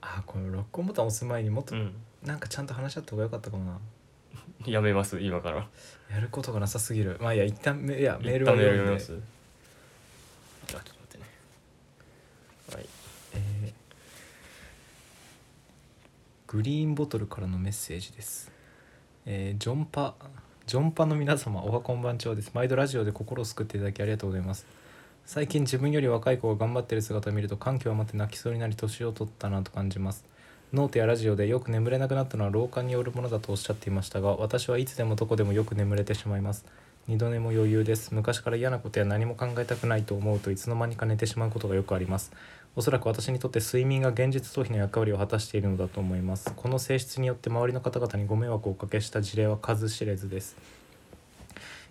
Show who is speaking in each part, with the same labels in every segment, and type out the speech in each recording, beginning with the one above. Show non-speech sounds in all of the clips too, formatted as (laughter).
Speaker 1: あこの録音ボタン押す前にもっと
Speaker 2: うん
Speaker 1: なんかちゃんと話し合った方が良かったかもな
Speaker 2: やめます今から
Speaker 1: やることがなさすぎるまあいいや一旦めいやメール
Speaker 2: 一
Speaker 1: は
Speaker 2: 旦メ
Speaker 1: 読ん
Speaker 2: ール読
Speaker 1: で
Speaker 2: みますあちょっと待ってねはい
Speaker 1: えーグリーンボトルからのメッセージです、えージョンパジョンパの皆様おはこんばんちはです毎度ラジオで心を救っていただきありがとうございます最近自分より若い子が頑張ってる姿を見ると感極まって泣きそうになり年を取ったなと感じますノートやラジオでよく眠れなくなったのは老化によるものだとおっしゃっていましたが私はいつでもどこでもよく眠れてしまいます二度寝も余裕です昔から嫌なことや何も考えたくないと思うといつの間にか寝てしまうことがよくありますおそらく私にとって睡眠が現実逃避の役割を果たしているのだと思いますこの性質によって周りの方々にご迷惑をおかけした事例は数知れずです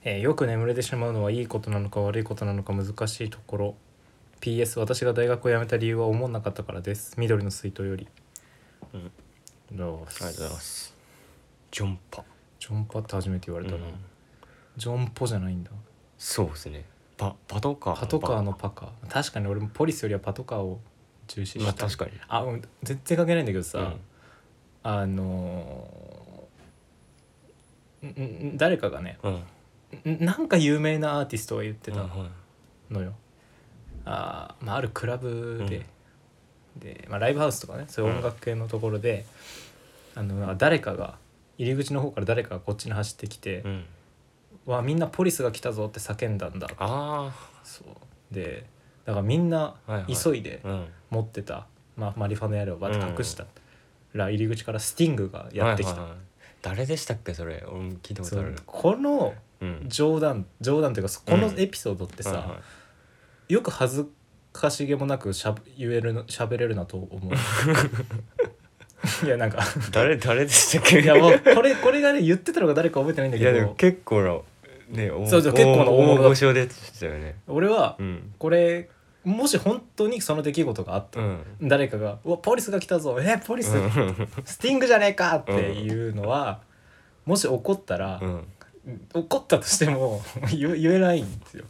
Speaker 1: えーよく眠れてしまうのはいいことなのか悪いことなのか難しいところ PS 私が大学を辞めた理由は思わなかったからです緑の水筒より
Speaker 2: うんあ
Speaker 1: ど
Speaker 2: りがとうございますジョンパ
Speaker 1: ジョンパって初めて言われたな、
Speaker 2: うん
Speaker 1: ジョンポじゃないんだ
Speaker 2: そうですねパパトカーの
Speaker 1: パトカーのパカ確かに俺もポリスよりはパトカーを重視した、
Speaker 2: まあ確かに
Speaker 1: あうん全然関係ないんだけどさ、
Speaker 2: うん
Speaker 1: あのーんんん誰かがね
Speaker 2: うん
Speaker 1: んなんか有名なアーティストが言って
Speaker 2: う
Speaker 1: た
Speaker 2: んはい
Speaker 1: のよ、あーまあ、あるクラブで、でまあ、ライブハウスとかねそういう音楽系のところで、あの誰かが入り口の方から誰かがこっちに走ってきて
Speaker 2: うん
Speaker 1: 「わあみんなポリスが来たぞ」って叫んだんだ
Speaker 2: あ
Speaker 1: そうでだからみんな
Speaker 2: はいはい
Speaker 1: 急いで
Speaker 2: あうん
Speaker 1: 持ってた、まあ、マリファナ野郎をバッて隠したら入り口からスティングがやってきた。
Speaker 2: はいはいはい誰でしたっけそれ俺も聞いたこ
Speaker 1: そ
Speaker 2: とあ
Speaker 1: う
Speaker 2: る
Speaker 1: この
Speaker 2: うん
Speaker 1: 冗談冗談というかそこのエピソードってさ、
Speaker 2: はいはい
Speaker 1: よく恥ずかしげもなくしゃべ言えるの喋れるなと思う
Speaker 2: (laughs)
Speaker 1: (laughs) いやなんか
Speaker 2: 誰誰でしたっけ
Speaker 1: いやもうこれこれがね言ってたのが誰か覚えてないんだ
Speaker 2: い
Speaker 1: け
Speaker 2: やでも
Speaker 1: ど
Speaker 2: 結構なねお
Speaker 1: そうそう結構な大物
Speaker 2: 大御所でしたよね
Speaker 1: 俺は
Speaker 2: うん
Speaker 1: これもし本当にその出来事があった
Speaker 2: う
Speaker 1: ら、
Speaker 2: ん
Speaker 1: 誰かが「うわポリスが来たぞえポリス、
Speaker 2: うん
Speaker 1: スティングじゃねえか!」っていうのは、もし怒ったら
Speaker 2: う、ん
Speaker 1: 怒ったとしても (laughs) 言え言えないんですよ。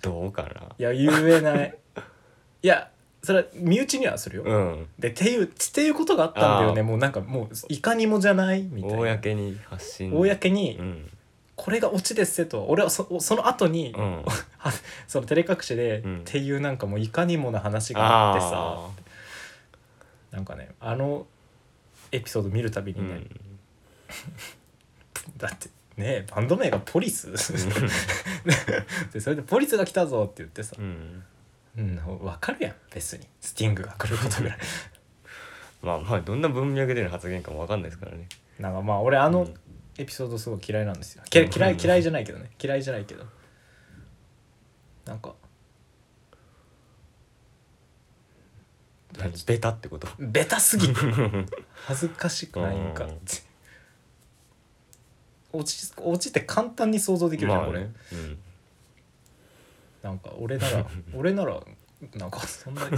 Speaker 2: どうかない
Speaker 1: や言えないいやそれは身内にはするよ、
Speaker 2: うん
Speaker 1: でていうっていうことがあったんだよね
Speaker 2: あー
Speaker 1: もうなんかもういかにもじゃないみたいな
Speaker 2: 公に発信
Speaker 1: 公に、
Speaker 2: うん
Speaker 1: これがオチですせと俺はそその後に、
Speaker 2: うん
Speaker 1: その照れ隠しで、
Speaker 2: うん
Speaker 1: っていうなんかもういかにもな話があってさ
Speaker 2: あ
Speaker 1: なんかねあのエピソード見るたび
Speaker 2: ーう
Speaker 1: にね、
Speaker 2: ん
Speaker 1: だってねバンド名がポリス (laughs) でそれで「ポリスが来たぞ」って言ってさ
Speaker 2: う、ん (laughs)
Speaker 1: うん、わかるやん別にスティングが来ることぐらい
Speaker 2: まあまあどんな文脈での発言かもわかんないですからね
Speaker 1: なんかまあ俺あ
Speaker 2: う
Speaker 1: の
Speaker 2: ん
Speaker 1: エピソードすごい嫌いなんですよ、きら嫌
Speaker 2: う
Speaker 1: い
Speaker 2: ん
Speaker 1: 嫌いじゃないけどね嫌いじゃないけどなんか
Speaker 2: 何ベタってこと
Speaker 1: ベタすぎて恥ずかしくないんか
Speaker 2: う
Speaker 1: っ
Speaker 2: ん
Speaker 1: て落ち落ちって簡単に想像できるじゃん、
Speaker 2: まあ
Speaker 1: これ
Speaker 2: ねうん
Speaker 1: なんか俺な
Speaker 2: (laughs)
Speaker 1: ら俺ならなんかそんなこ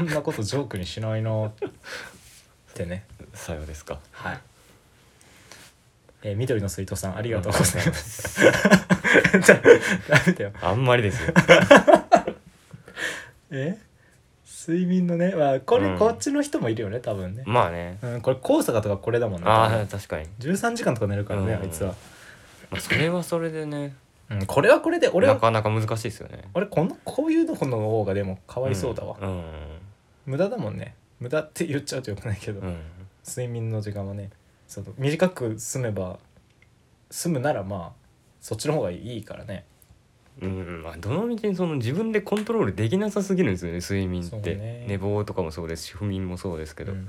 Speaker 1: んなことジョークにしないなってね
Speaker 2: さようですか
Speaker 1: はい、えー緑の水筒さんありがとうございます
Speaker 2: す
Speaker 1: (laughs) ダメだよ
Speaker 2: あんまりですよ (laughs)
Speaker 1: え睡眠のね、まあ、これ、
Speaker 2: うん
Speaker 1: こっちの人もいるよね多分ね、
Speaker 2: まあね
Speaker 1: うん、これ高坂とかこれだもんね
Speaker 2: ああ確かに
Speaker 1: 13時間とか寝るからね、
Speaker 2: うん
Speaker 1: あいつは、
Speaker 2: まあそれはそれでね
Speaker 1: うん、これはこれで俺
Speaker 2: な
Speaker 1: は
Speaker 2: かなか難しいですよね
Speaker 1: 俺このこういうのの方がでもかわいそうだわ、
Speaker 2: うん
Speaker 1: 無駄だもんね無駄って言っちゃうとよくないけど、
Speaker 2: うんうん
Speaker 1: 睡眠の時間はねその短く済めば済むならまあそっちの方がいいからね
Speaker 2: うんまあ、どの道にその自分でコントロールできなさすぎるんですよね睡眠
Speaker 1: そ
Speaker 2: っ
Speaker 1: う
Speaker 2: て、
Speaker 1: ね
Speaker 2: 寝坊とかもそうですし不眠もそうですけど、
Speaker 1: うん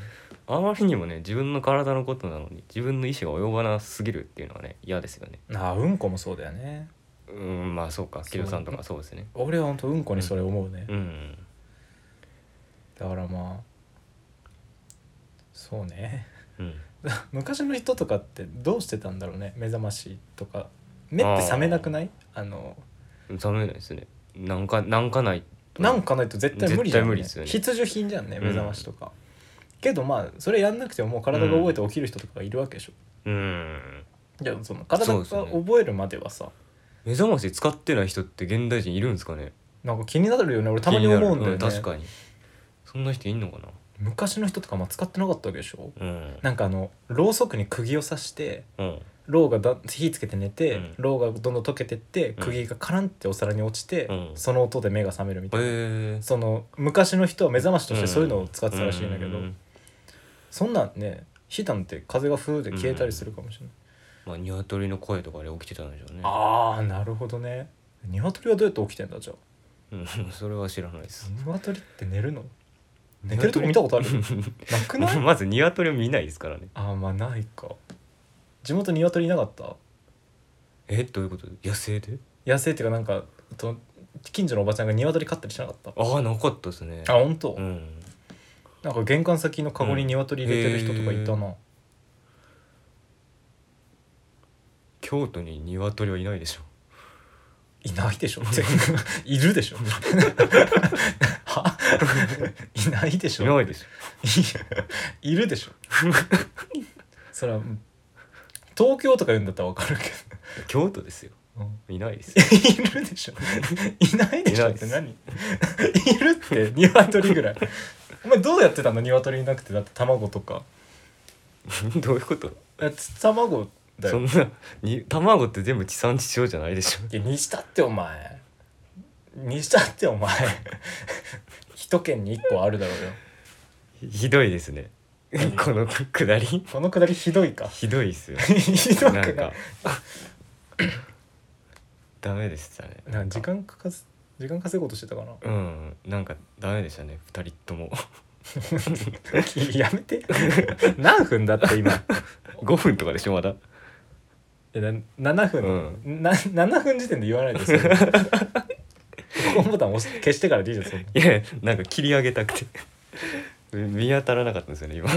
Speaker 2: あまりにもね自分の体のことなのに自分の意思が及ばなすぎるっていうのはね嫌ですよね
Speaker 1: ああうんこもそうだよね
Speaker 2: うんまあそうかキドさんとかそうですね
Speaker 1: 俺はほんとうんこにそれ思うね、
Speaker 2: うん
Speaker 1: だからまあそうね
Speaker 2: うん
Speaker 1: 昔の人とかってどうしてたんだろうね目覚ましとか目って覚めなくないあの
Speaker 2: 冷めないですねなんかなんかない
Speaker 1: なんかないと絶対無理じゃん、ね、
Speaker 2: 絶対無理ですよね
Speaker 1: 必需品じゃんね
Speaker 2: うん
Speaker 1: 目覚ましとか、けどまあそれやんなくてももう体が覚えて起きる人とかがいるわけでしょ、
Speaker 2: うん
Speaker 1: じゃあその体
Speaker 2: そう
Speaker 1: が
Speaker 2: ですね
Speaker 1: 覚えるまではさ
Speaker 2: 目覚まし使ってない人って現代人いるんですかね
Speaker 1: なんか気になるよね俺たまに思うんだよね、
Speaker 2: 気になる確かにそんな人いんのかな
Speaker 1: 昔の人とかあんま使ってなかったわけでしょ
Speaker 2: うん
Speaker 1: なんかあのろうそくに釘を刺して
Speaker 2: うん
Speaker 1: ろうがだ火つけて寝て、
Speaker 2: うん
Speaker 1: ろうがどんどん溶けてって
Speaker 2: うん
Speaker 1: 釘がカランってお皿に落ちて、
Speaker 2: うん
Speaker 1: その音で目が覚めるみたいな、
Speaker 2: え
Speaker 1: その昔の人は目覚ましとしてそういうのを使ってたらしいんだけど、
Speaker 2: うん
Speaker 1: そんなんね火なんて風がふーで消えたりするかもしれない、
Speaker 2: まあ鶏の声とかで起きてたんでしょうね
Speaker 1: ああなるほどね鶏はどうやって起きてんだじゃあ
Speaker 2: うん (laughs) それは知らないです
Speaker 1: 鶏って寝るの寝てるとこ見たことあ
Speaker 2: (laughs)
Speaker 1: るなくない
Speaker 2: まず鶏を見ないですからね
Speaker 1: あーまあないか地元鶏いなかった
Speaker 2: えどういうこと野生で
Speaker 1: 野生っていうかなんかと近所のおばちゃんが鶏飼ったりしなかった
Speaker 2: ああなかったですね
Speaker 1: あ本当、
Speaker 2: うん
Speaker 1: なんか玄関先のカゴに鶏入れてる人とかいたな、
Speaker 2: 京都に鶏はいないでしょ
Speaker 1: いないでしょ (laughs) いるでしょ (laughs) はいないでし
Speaker 2: い
Speaker 1: ょ
Speaker 2: ないでしょ
Speaker 1: いるでしょそれはうん東京とか言うんだったらわかるけ
Speaker 2: 京都ですよ
Speaker 1: ど、
Speaker 2: いな
Speaker 1: (laughs)
Speaker 2: いですよ
Speaker 1: いるでしょいないでしょって
Speaker 2: い
Speaker 1: 何いるって鶏ぐらいお前どうやってたの鶏いなくてだって卵とか
Speaker 2: どういうこと
Speaker 1: え卵だ
Speaker 2: そ
Speaker 1: よ
Speaker 2: んなに卵って全部地産地消じゃないでしょ (laughs)
Speaker 1: いやにしたってお前にしたってお前一軒に一個あるだろうよ
Speaker 2: ひどいですねこのくだり
Speaker 1: このくだりひどいか
Speaker 2: ひどいっすよ
Speaker 1: (laughs) ひどく
Speaker 2: な
Speaker 1: ない (laughs)
Speaker 2: んかダメでしたね
Speaker 1: なんか時間かかす時間稼ごうとしてたかな (laughs)
Speaker 2: うんなんかダメでしたね二人とも (laughs)
Speaker 1: やめて何分だって今
Speaker 2: 5分とかでしょまだ
Speaker 1: (laughs) えな7分、な7分時点で言わないですよ録音ボタン押し消してからでいいじゃんそん
Speaker 2: (laughs)
Speaker 1: な、
Speaker 2: いやなんか切り上げたくて (laughs) 見当たらなかったんですよ
Speaker 1: (laughs)
Speaker 2: ね今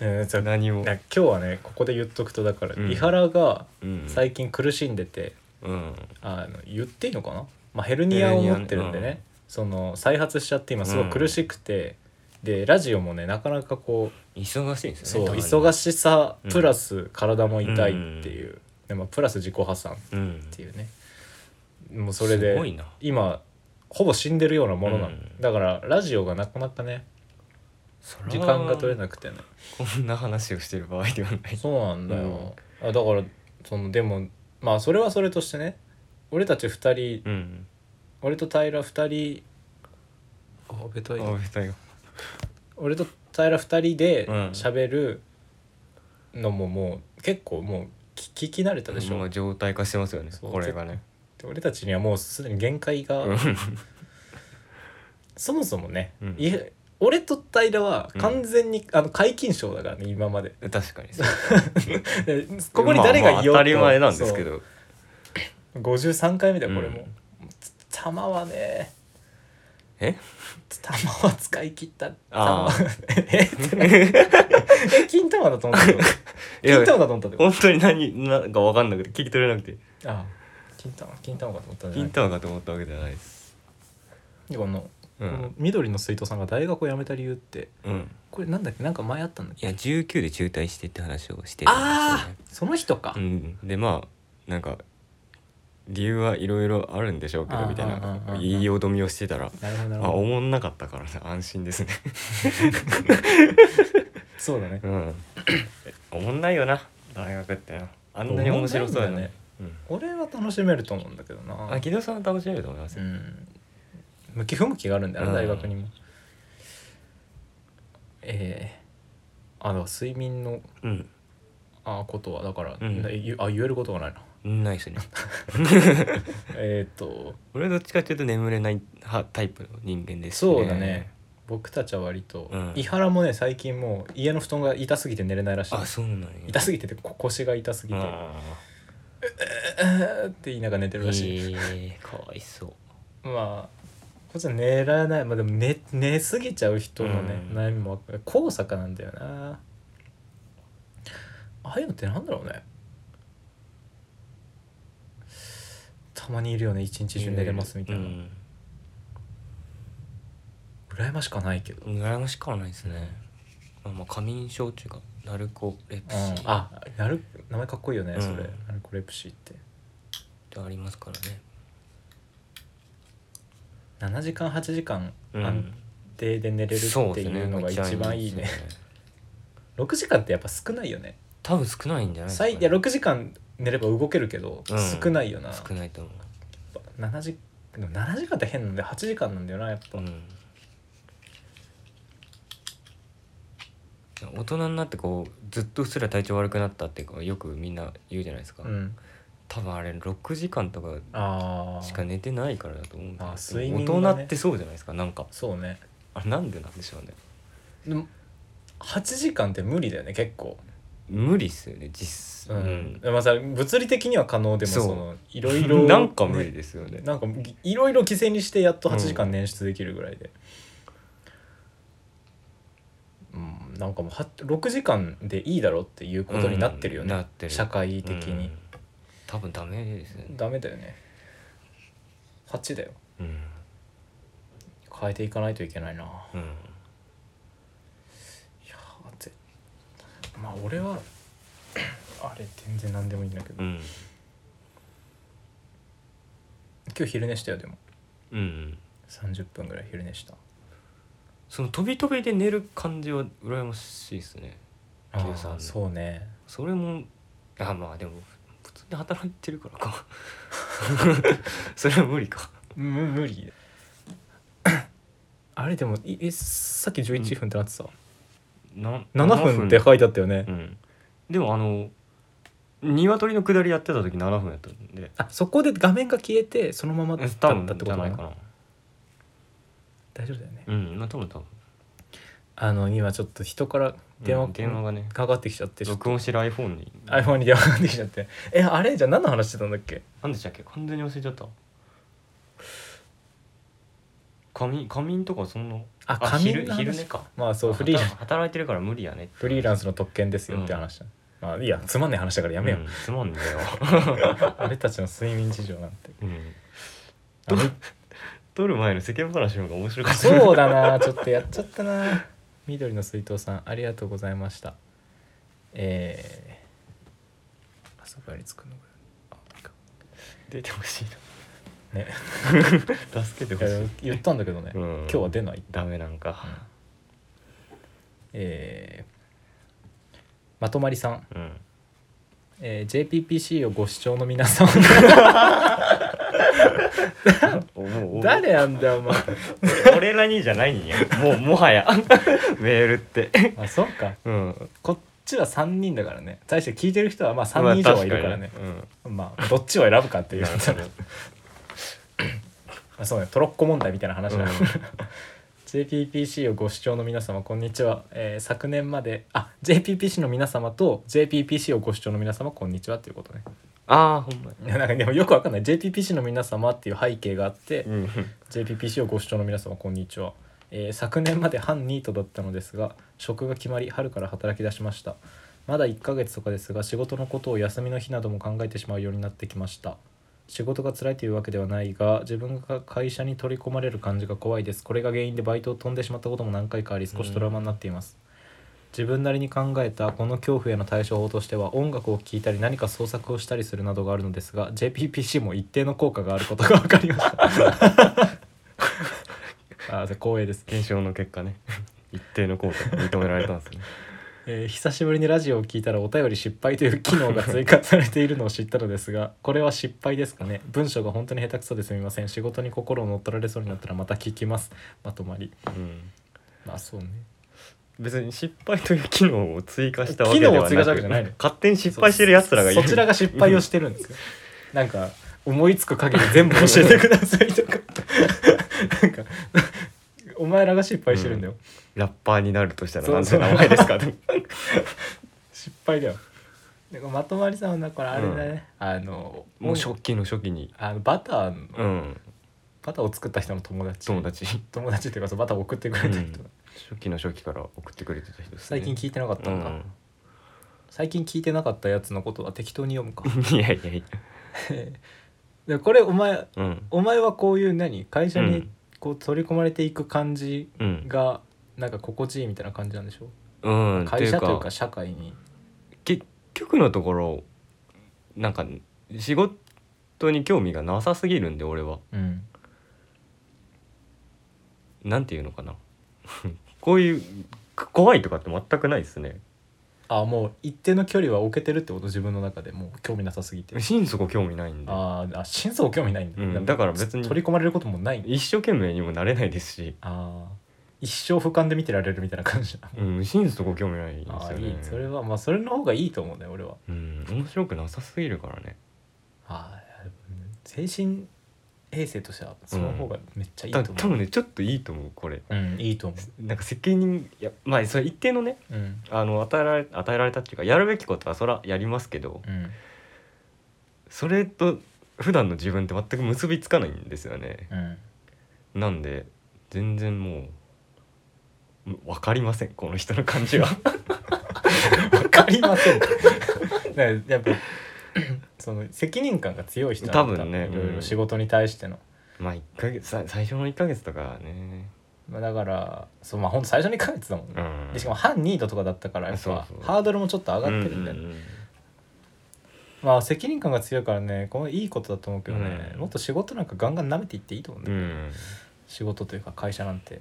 Speaker 1: えーじゃあな
Speaker 2: 何も
Speaker 1: 今日はねここで言っとくとだから、
Speaker 2: うん
Speaker 1: 伊原が
Speaker 2: うん
Speaker 1: 最近苦しんでて、
Speaker 2: うん
Speaker 1: あの言っていいのかな、まあ、ヘルニアを持ってるんで
Speaker 2: ヘルニアね
Speaker 1: ね、その再発しちゃって今すごい苦しくて、でラジオもねなかなかこう
Speaker 2: 忙しいんです
Speaker 1: そ
Speaker 2: よ
Speaker 1: う
Speaker 2: ね
Speaker 1: 忙し
Speaker 2: し
Speaker 1: さプラス体も痛いっていう、でまあ、プラス自己破産っ
Speaker 2: い、うん、
Speaker 1: ていうねもうそれです
Speaker 2: ごいな
Speaker 1: 今ほぼ死んでるようなものなの、
Speaker 2: うん
Speaker 1: だからラジオがなかなかね時間が取れなくてね
Speaker 2: こんな話をしてる場合ではない
Speaker 1: そうなんだよ、あだからそのでもまあそれはそれとしてね俺たち二人
Speaker 2: うん
Speaker 1: 俺と平二人あベタ
Speaker 2: あべたよ
Speaker 1: 俺と平二人で
Speaker 2: うん
Speaker 1: 喋るのももう結構もう聞聞き慣れたでしょ、
Speaker 2: まあ状態化してますよね
Speaker 1: そう
Speaker 2: これがね
Speaker 1: 俺たちにはもうすでに限界が、
Speaker 2: うん
Speaker 1: そもそもね、
Speaker 2: うん
Speaker 1: い俺と平は完全に、あの皆勤賞だからね今まで
Speaker 2: 確かに
Speaker 1: でここに誰がいようと、
Speaker 2: まあまあ当たり前なんですけど
Speaker 1: そう53回目だよこれも、
Speaker 2: うん
Speaker 1: つ玉はね
Speaker 2: え
Speaker 1: 玉は使い切った
Speaker 2: あー
Speaker 1: 玉はええ金玉だと思ったよ
Speaker 2: (laughs) いや
Speaker 1: 金玉だと思ったってこと
Speaker 2: 本当に何なんか分かんなくて聞き取れなくて
Speaker 1: ああ金玉金玉かと思ったんじゃな
Speaker 2: 金
Speaker 1: い
Speaker 2: 玉かと思ったわけじゃないです
Speaker 1: でこの,、
Speaker 2: うん
Speaker 1: この緑の水筒さんが大学を辞めた理由って
Speaker 2: うん
Speaker 1: これなんだっけなんか前あったんだっ
Speaker 2: い
Speaker 1: け
Speaker 2: や19で中退してって話をして
Speaker 1: ああその人か、
Speaker 2: うんでまあなんか理由はいろいろあるんでしょうけ
Speaker 1: あ
Speaker 2: ど
Speaker 1: ー
Speaker 2: みたい
Speaker 1: あーあー
Speaker 2: な
Speaker 1: あー
Speaker 2: 言いよどみをしてたら
Speaker 1: なるほどなる
Speaker 2: あ
Speaker 1: ほ
Speaker 2: お
Speaker 1: ど
Speaker 2: もんなかったからね安心ですね
Speaker 1: そうだね
Speaker 2: うんおもんないよな大学ってなあんなに面白そうや
Speaker 1: おもんないんだよ
Speaker 2: ね
Speaker 1: ね俺は楽しめると思うんだけどな
Speaker 2: あ木戸さんは楽しめると思います
Speaker 1: う
Speaker 2: よ
Speaker 1: ん向き不向きがあるんだよな、
Speaker 2: うん
Speaker 1: 大学にもえー、あだから睡眠の
Speaker 2: うん、
Speaker 1: あことはだから、
Speaker 2: うん
Speaker 1: な言うあ言えることが
Speaker 2: (laughs)
Speaker 1: ないな
Speaker 2: ないですね
Speaker 1: えーっと
Speaker 2: 俺どっちかっていうと眠れない派タイプの人間です、
Speaker 1: そうだね僕たちは割と、
Speaker 2: うん
Speaker 1: 伊原もね最近もう家の布団が痛すぎて寝れないらしい
Speaker 2: あそうなんや
Speaker 1: 痛すぎててこ腰が痛すぎて「
Speaker 2: あ
Speaker 1: えーって言いながら寝て
Speaker 2: ー
Speaker 1: るらしい、
Speaker 2: えーかわいそう
Speaker 1: まあこっちは寝らないまあでも寝寝すぎちゃう人のね、
Speaker 2: うん
Speaker 1: 悩みもわかる高坂なんだよなああいうのってなんだろうねたまにいるよね一日中寝れますみたいな、
Speaker 2: うん
Speaker 1: 羨ましかないけど、
Speaker 2: 羨ましくはないですねまあまあ過眠症っていうかナルコレプシーっ
Speaker 1: あなる名前かっこいいよね、それ
Speaker 2: うん
Speaker 1: ナルコレプシーって
Speaker 2: てありますからね
Speaker 1: 7時間8時間、
Speaker 2: うん
Speaker 1: あん定で寝れる
Speaker 2: そう
Speaker 1: って
Speaker 2: です
Speaker 1: いうのが
Speaker 2: めっちゃ
Speaker 1: 一番いいね
Speaker 2: ですよ
Speaker 1: 6時間ってやっぱ少ないよね
Speaker 2: 多分少ないんじゃないですか
Speaker 1: 最
Speaker 2: ね
Speaker 1: いや6時間寝れば動けるけど、
Speaker 2: うん
Speaker 1: 少ないよな
Speaker 2: 少ないと思う
Speaker 1: 7時でも7時間って変なんで8時間なんだよなやっぱ、
Speaker 2: うん、大人になってこうずっとうっすら体調悪くなったってこうよくみんな言うじゃないですか、
Speaker 1: うん
Speaker 2: 多分あれ6時間とか
Speaker 1: あ
Speaker 2: しか
Speaker 1: あ
Speaker 2: 寝てないからだと思うん
Speaker 1: あ
Speaker 2: です
Speaker 1: 睡
Speaker 2: よ、
Speaker 1: 眠が
Speaker 2: 大
Speaker 1: ね
Speaker 2: 人ってそうじゃないですかなんか
Speaker 1: そうね
Speaker 2: あれなんでなんでしょうね
Speaker 1: でも8時間って無理だよね結構
Speaker 2: 無理っすよね実
Speaker 1: うん、
Speaker 2: うん
Speaker 1: まあさ物理的には可能でも
Speaker 2: そ
Speaker 1: そうのいろいろ
Speaker 2: (laughs) なんか無理
Speaker 1: ね
Speaker 2: ですよね
Speaker 1: なんかいろいろ犠牲にしてやっと8時
Speaker 2: う
Speaker 1: 間
Speaker 2: ん
Speaker 1: 捻出できるぐらいでうん、なんかもうは6時間でいいだろっていうことになってるよね、
Speaker 2: うんなってる
Speaker 1: 社会的
Speaker 2: う
Speaker 1: に
Speaker 2: ん、多分ダメですよね
Speaker 1: ダメだよね8だよ
Speaker 2: うん、
Speaker 1: 変えていかないといけないな
Speaker 2: うん、
Speaker 1: いやーぜまあ俺はあれ全然何でもいいんだけど、
Speaker 2: うん
Speaker 1: 今日昼寝したよでも
Speaker 2: うん
Speaker 1: 30分ぐらい昼寝した
Speaker 2: その飛び飛びで寝る感じは羨ましいですね
Speaker 1: あ
Speaker 2: 計算
Speaker 1: ーそうね
Speaker 2: それもあまあでも普通に働いてるから (laughs) かそれは無理か
Speaker 1: む無理あれでもいえさっき11分ってなってた、
Speaker 2: な
Speaker 1: 7分って書いてあったよね、
Speaker 2: うんでもあの鶏の下りやってた時7分やったんで
Speaker 1: あそこで画面が消えてそのままだった
Speaker 2: 多
Speaker 1: っ
Speaker 2: 分
Speaker 1: てこと
Speaker 2: じゃない
Speaker 1: か
Speaker 2: かな
Speaker 1: 大丈夫だよね、
Speaker 2: うんまあ多分多分
Speaker 1: あの今ちょっと人から電話,、
Speaker 2: うん電話がね
Speaker 1: かかってきちゃってちょっと
Speaker 2: 録音してる iPhone に
Speaker 1: iPhone に電話かかってきちゃってえあれじゃあ何の話してたんだっけ
Speaker 2: なんでしたっけ完全に忘れちゃった仮眠仮眠とかそんな
Speaker 1: あ仮眠
Speaker 2: 昼
Speaker 1: の話
Speaker 2: 昼寝か
Speaker 1: まあそうフリーラン
Speaker 2: 働働いてるから無理やね
Speaker 1: フリーラン
Speaker 2: ス
Speaker 1: スの特権ですよって話だ、まあいいやつまんない話だからやめよう、
Speaker 2: つま
Speaker 1: (laughs)
Speaker 2: んね
Speaker 1: 俺たちの睡眠事情なんて
Speaker 2: えよ、うん
Speaker 1: あみ
Speaker 2: 撮る前の世間話の方が面白かっ
Speaker 1: (laughs)
Speaker 2: た
Speaker 1: そうだなちょっとやっちゃったな緑の水筒さんありがとうございましたえー、あそこよりつくのがあいいか
Speaker 2: 出てほしい
Speaker 1: ね
Speaker 2: な (laughs) 助けて
Speaker 1: い
Speaker 2: ほし
Speaker 1: や
Speaker 2: い
Speaker 1: 言ったんだけどね、
Speaker 2: うん
Speaker 1: 今日は出ない
Speaker 2: ダメなんか
Speaker 1: えーまとまりさん、
Speaker 2: うん
Speaker 1: えー JPPC をご視聴の皆さん
Speaker 2: おもう
Speaker 1: 誰なんだよお
Speaker 2: (laughs)
Speaker 1: 前
Speaker 2: 俺俺らにじゃないんやもうもはや (laughs) メールって
Speaker 1: あそうか
Speaker 2: うん
Speaker 1: こっちは3人だからね対して聞いてる人はまあ3人以上はいるからね
Speaker 2: まあ確か
Speaker 1: ま
Speaker 2: にね
Speaker 1: あどっちを選ぶかって
Speaker 2: う
Speaker 1: い
Speaker 2: ん
Speaker 1: う
Speaker 2: なる
Speaker 1: (laughs)
Speaker 2: ほど
Speaker 1: あそうねトロッコ問題みたいな話だ、
Speaker 2: うん
Speaker 1: (laughs) JPPC をご視聴の皆様こんにちは、えー昨年まであ JPPC の皆様と JPPC をご視聴の皆様こんにちはっていうことね
Speaker 2: ああほんまに
Speaker 1: いやなんかでもよくわかんない JPPC の皆様っていう背景があって、
Speaker 2: うん
Speaker 1: JPPC をご視聴の皆様こんにちは、えー昨年まで半ニートだったのですが職が決まり春から働き出しましたまだ1ヶ月とかですが仕事のことを休みの日なども考えてしまうようになってきました仕事が辛いというわけではないが自分が会社に取り込まれる感じが怖いですこれが原因でバイトを飛んでしまったことも何回かあり少しトラウマになっています、自分なりに考えたこの恐怖への対処法としては音楽を聴いたり何か創作をしたりするなどがあるのですが JPPC も一定の効果があることが分かりました (laughs) あー光栄です、
Speaker 2: 検証の結果
Speaker 1: (laughs)
Speaker 2: ね一定の効果が認められたんですね
Speaker 1: えー久しぶりにラジオを聞いたらお便り失敗という機能が追加されているのを知ったのですがこれは失敗ですかね文章が本当に下手くそですみません仕事に心を乗っ取られそうになったらまた聞きますまとまり
Speaker 2: うん
Speaker 1: まあそうね
Speaker 2: 別に失敗という機能を追加したわけ
Speaker 1: 機
Speaker 2: で
Speaker 1: 能を
Speaker 2: はなく
Speaker 1: 追加したわけじゃないの
Speaker 2: 勝手に失敗してる奴らがいる
Speaker 1: そそちらが失敗をしてるんですよなんか思いつく限り全部教えてくださいとかなんかお前らが失敗してるんだよ、
Speaker 2: (laughs) ラッパーになるとしたら
Speaker 1: そう
Speaker 2: なん
Speaker 1: そ
Speaker 2: て
Speaker 1: う
Speaker 2: 名前で
Speaker 1: (laughs)
Speaker 2: すかと
Speaker 1: 失敗だよなんかまとまりさんはだからあれだね、あの
Speaker 2: もう初期の初期に
Speaker 1: あのバターの
Speaker 2: うん
Speaker 1: バターを作った人の友達
Speaker 2: 友達
Speaker 1: 友達っていうかそうバターを送ってくれた人、
Speaker 2: うん初期の初期から送ってくれてた人ですね
Speaker 1: 最近聞いてなかったんだ、
Speaker 2: う
Speaker 1: 最近聞いてなかったやつのことは適当に読むか
Speaker 2: んいやいやいや
Speaker 1: でこれお前
Speaker 2: うん
Speaker 1: お前はこういう何会社
Speaker 2: う
Speaker 1: に
Speaker 2: ん
Speaker 1: こう取り込まれていく感じ
Speaker 2: うん
Speaker 1: がなんか心地いいみたいな感じなんでしょ、
Speaker 2: うん
Speaker 1: 会社という
Speaker 2: って
Speaker 1: か社会に
Speaker 2: 結局のところなんか仕事に興味がなさすぎるんで俺は
Speaker 1: うん
Speaker 2: なんていうのかな (laughs) こういうく怖いとかって全くないですね
Speaker 1: あもう一定の距離は置けてるってこと自分の中でもう興味なさすぎて
Speaker 2: 心底興味ないんで
Speaker 1: あーあ心臓興味ないんだ、
Speaker 2: うんだから別に
Speaker 1: 取り込まれることもない
Speaker 2: 一生懸命にもなれないですし、
Speaker 1: ああ一生俯瞰で見てられるみたいな感
Speaker 2: (laughs)
Speaker 1: じだ、
Speaker 2: うん、心底興味ないんです
Speaker 1: ああ
Speaker 2: よ
Speaker 1: い
Speaker 2: ね
Speaker 1: いそれはまあそれの方がいいと思うね俺は
Speaker 2: うん面白くなさすぎるからね
Speaker 1: ああ精神衛生としてはその方がめっちゃいいと
Speaker 2: だ
Speaker 1: 思
Speaker 2: 多
Speaker 1: う、
Speaker 2: 分ねちょっといいと思うこれ
Speaker 1: うんいいと思
Speaker 2: なんか責任いやまあそれ一定のね
Speaker 1: ううん
Speaker 2: あの与えられ与えられたっていうかやるべきことはそらやりますけど
Speaker 1: うん
Speaker 2: それと普段の自分って全く結びつかないんですよね
Speaker 1: うん
Speaker 2: なんで全然もうう分かりませんこの人の
Speaker 1: (laughs)
Speaker 2: 感じは
Speaker 1: 分かりませ (laughs) んだからやっぱ
Speaker 2: (coughs)
Speaker 1: その責任感が強い人なんだ
Speaker 2: 多分ね
Speaker 1: いろいろ
Speaker 2: うん
Speaker 1: 仕事に対しての、
Speaker 2: まあ1ヶ月さ最初の1ヶ月とかね
Speaker 1: まあ、だからそうまあほんと最初に書いてたもんね、
Speaker 2: うん
Speaker 1: でしかも半ニートとかだったからやっぱ
Speaker 2: そうそう
Speaker 1: ハードルもちょっと上がってるんだよね、
Speaker 2: うんうんうん
Speaker 1: まあ責任感が強いからねこのいいことだと思うけどね、
Speaker 2: うん
Speaker 1: もっと仕事なんかガンガン舐めていっていいと思うんだ
Speaker 2: う
Speaker 1: よ、
Speaker 2: ん、
Speaker 1: 仕事というか会社なんて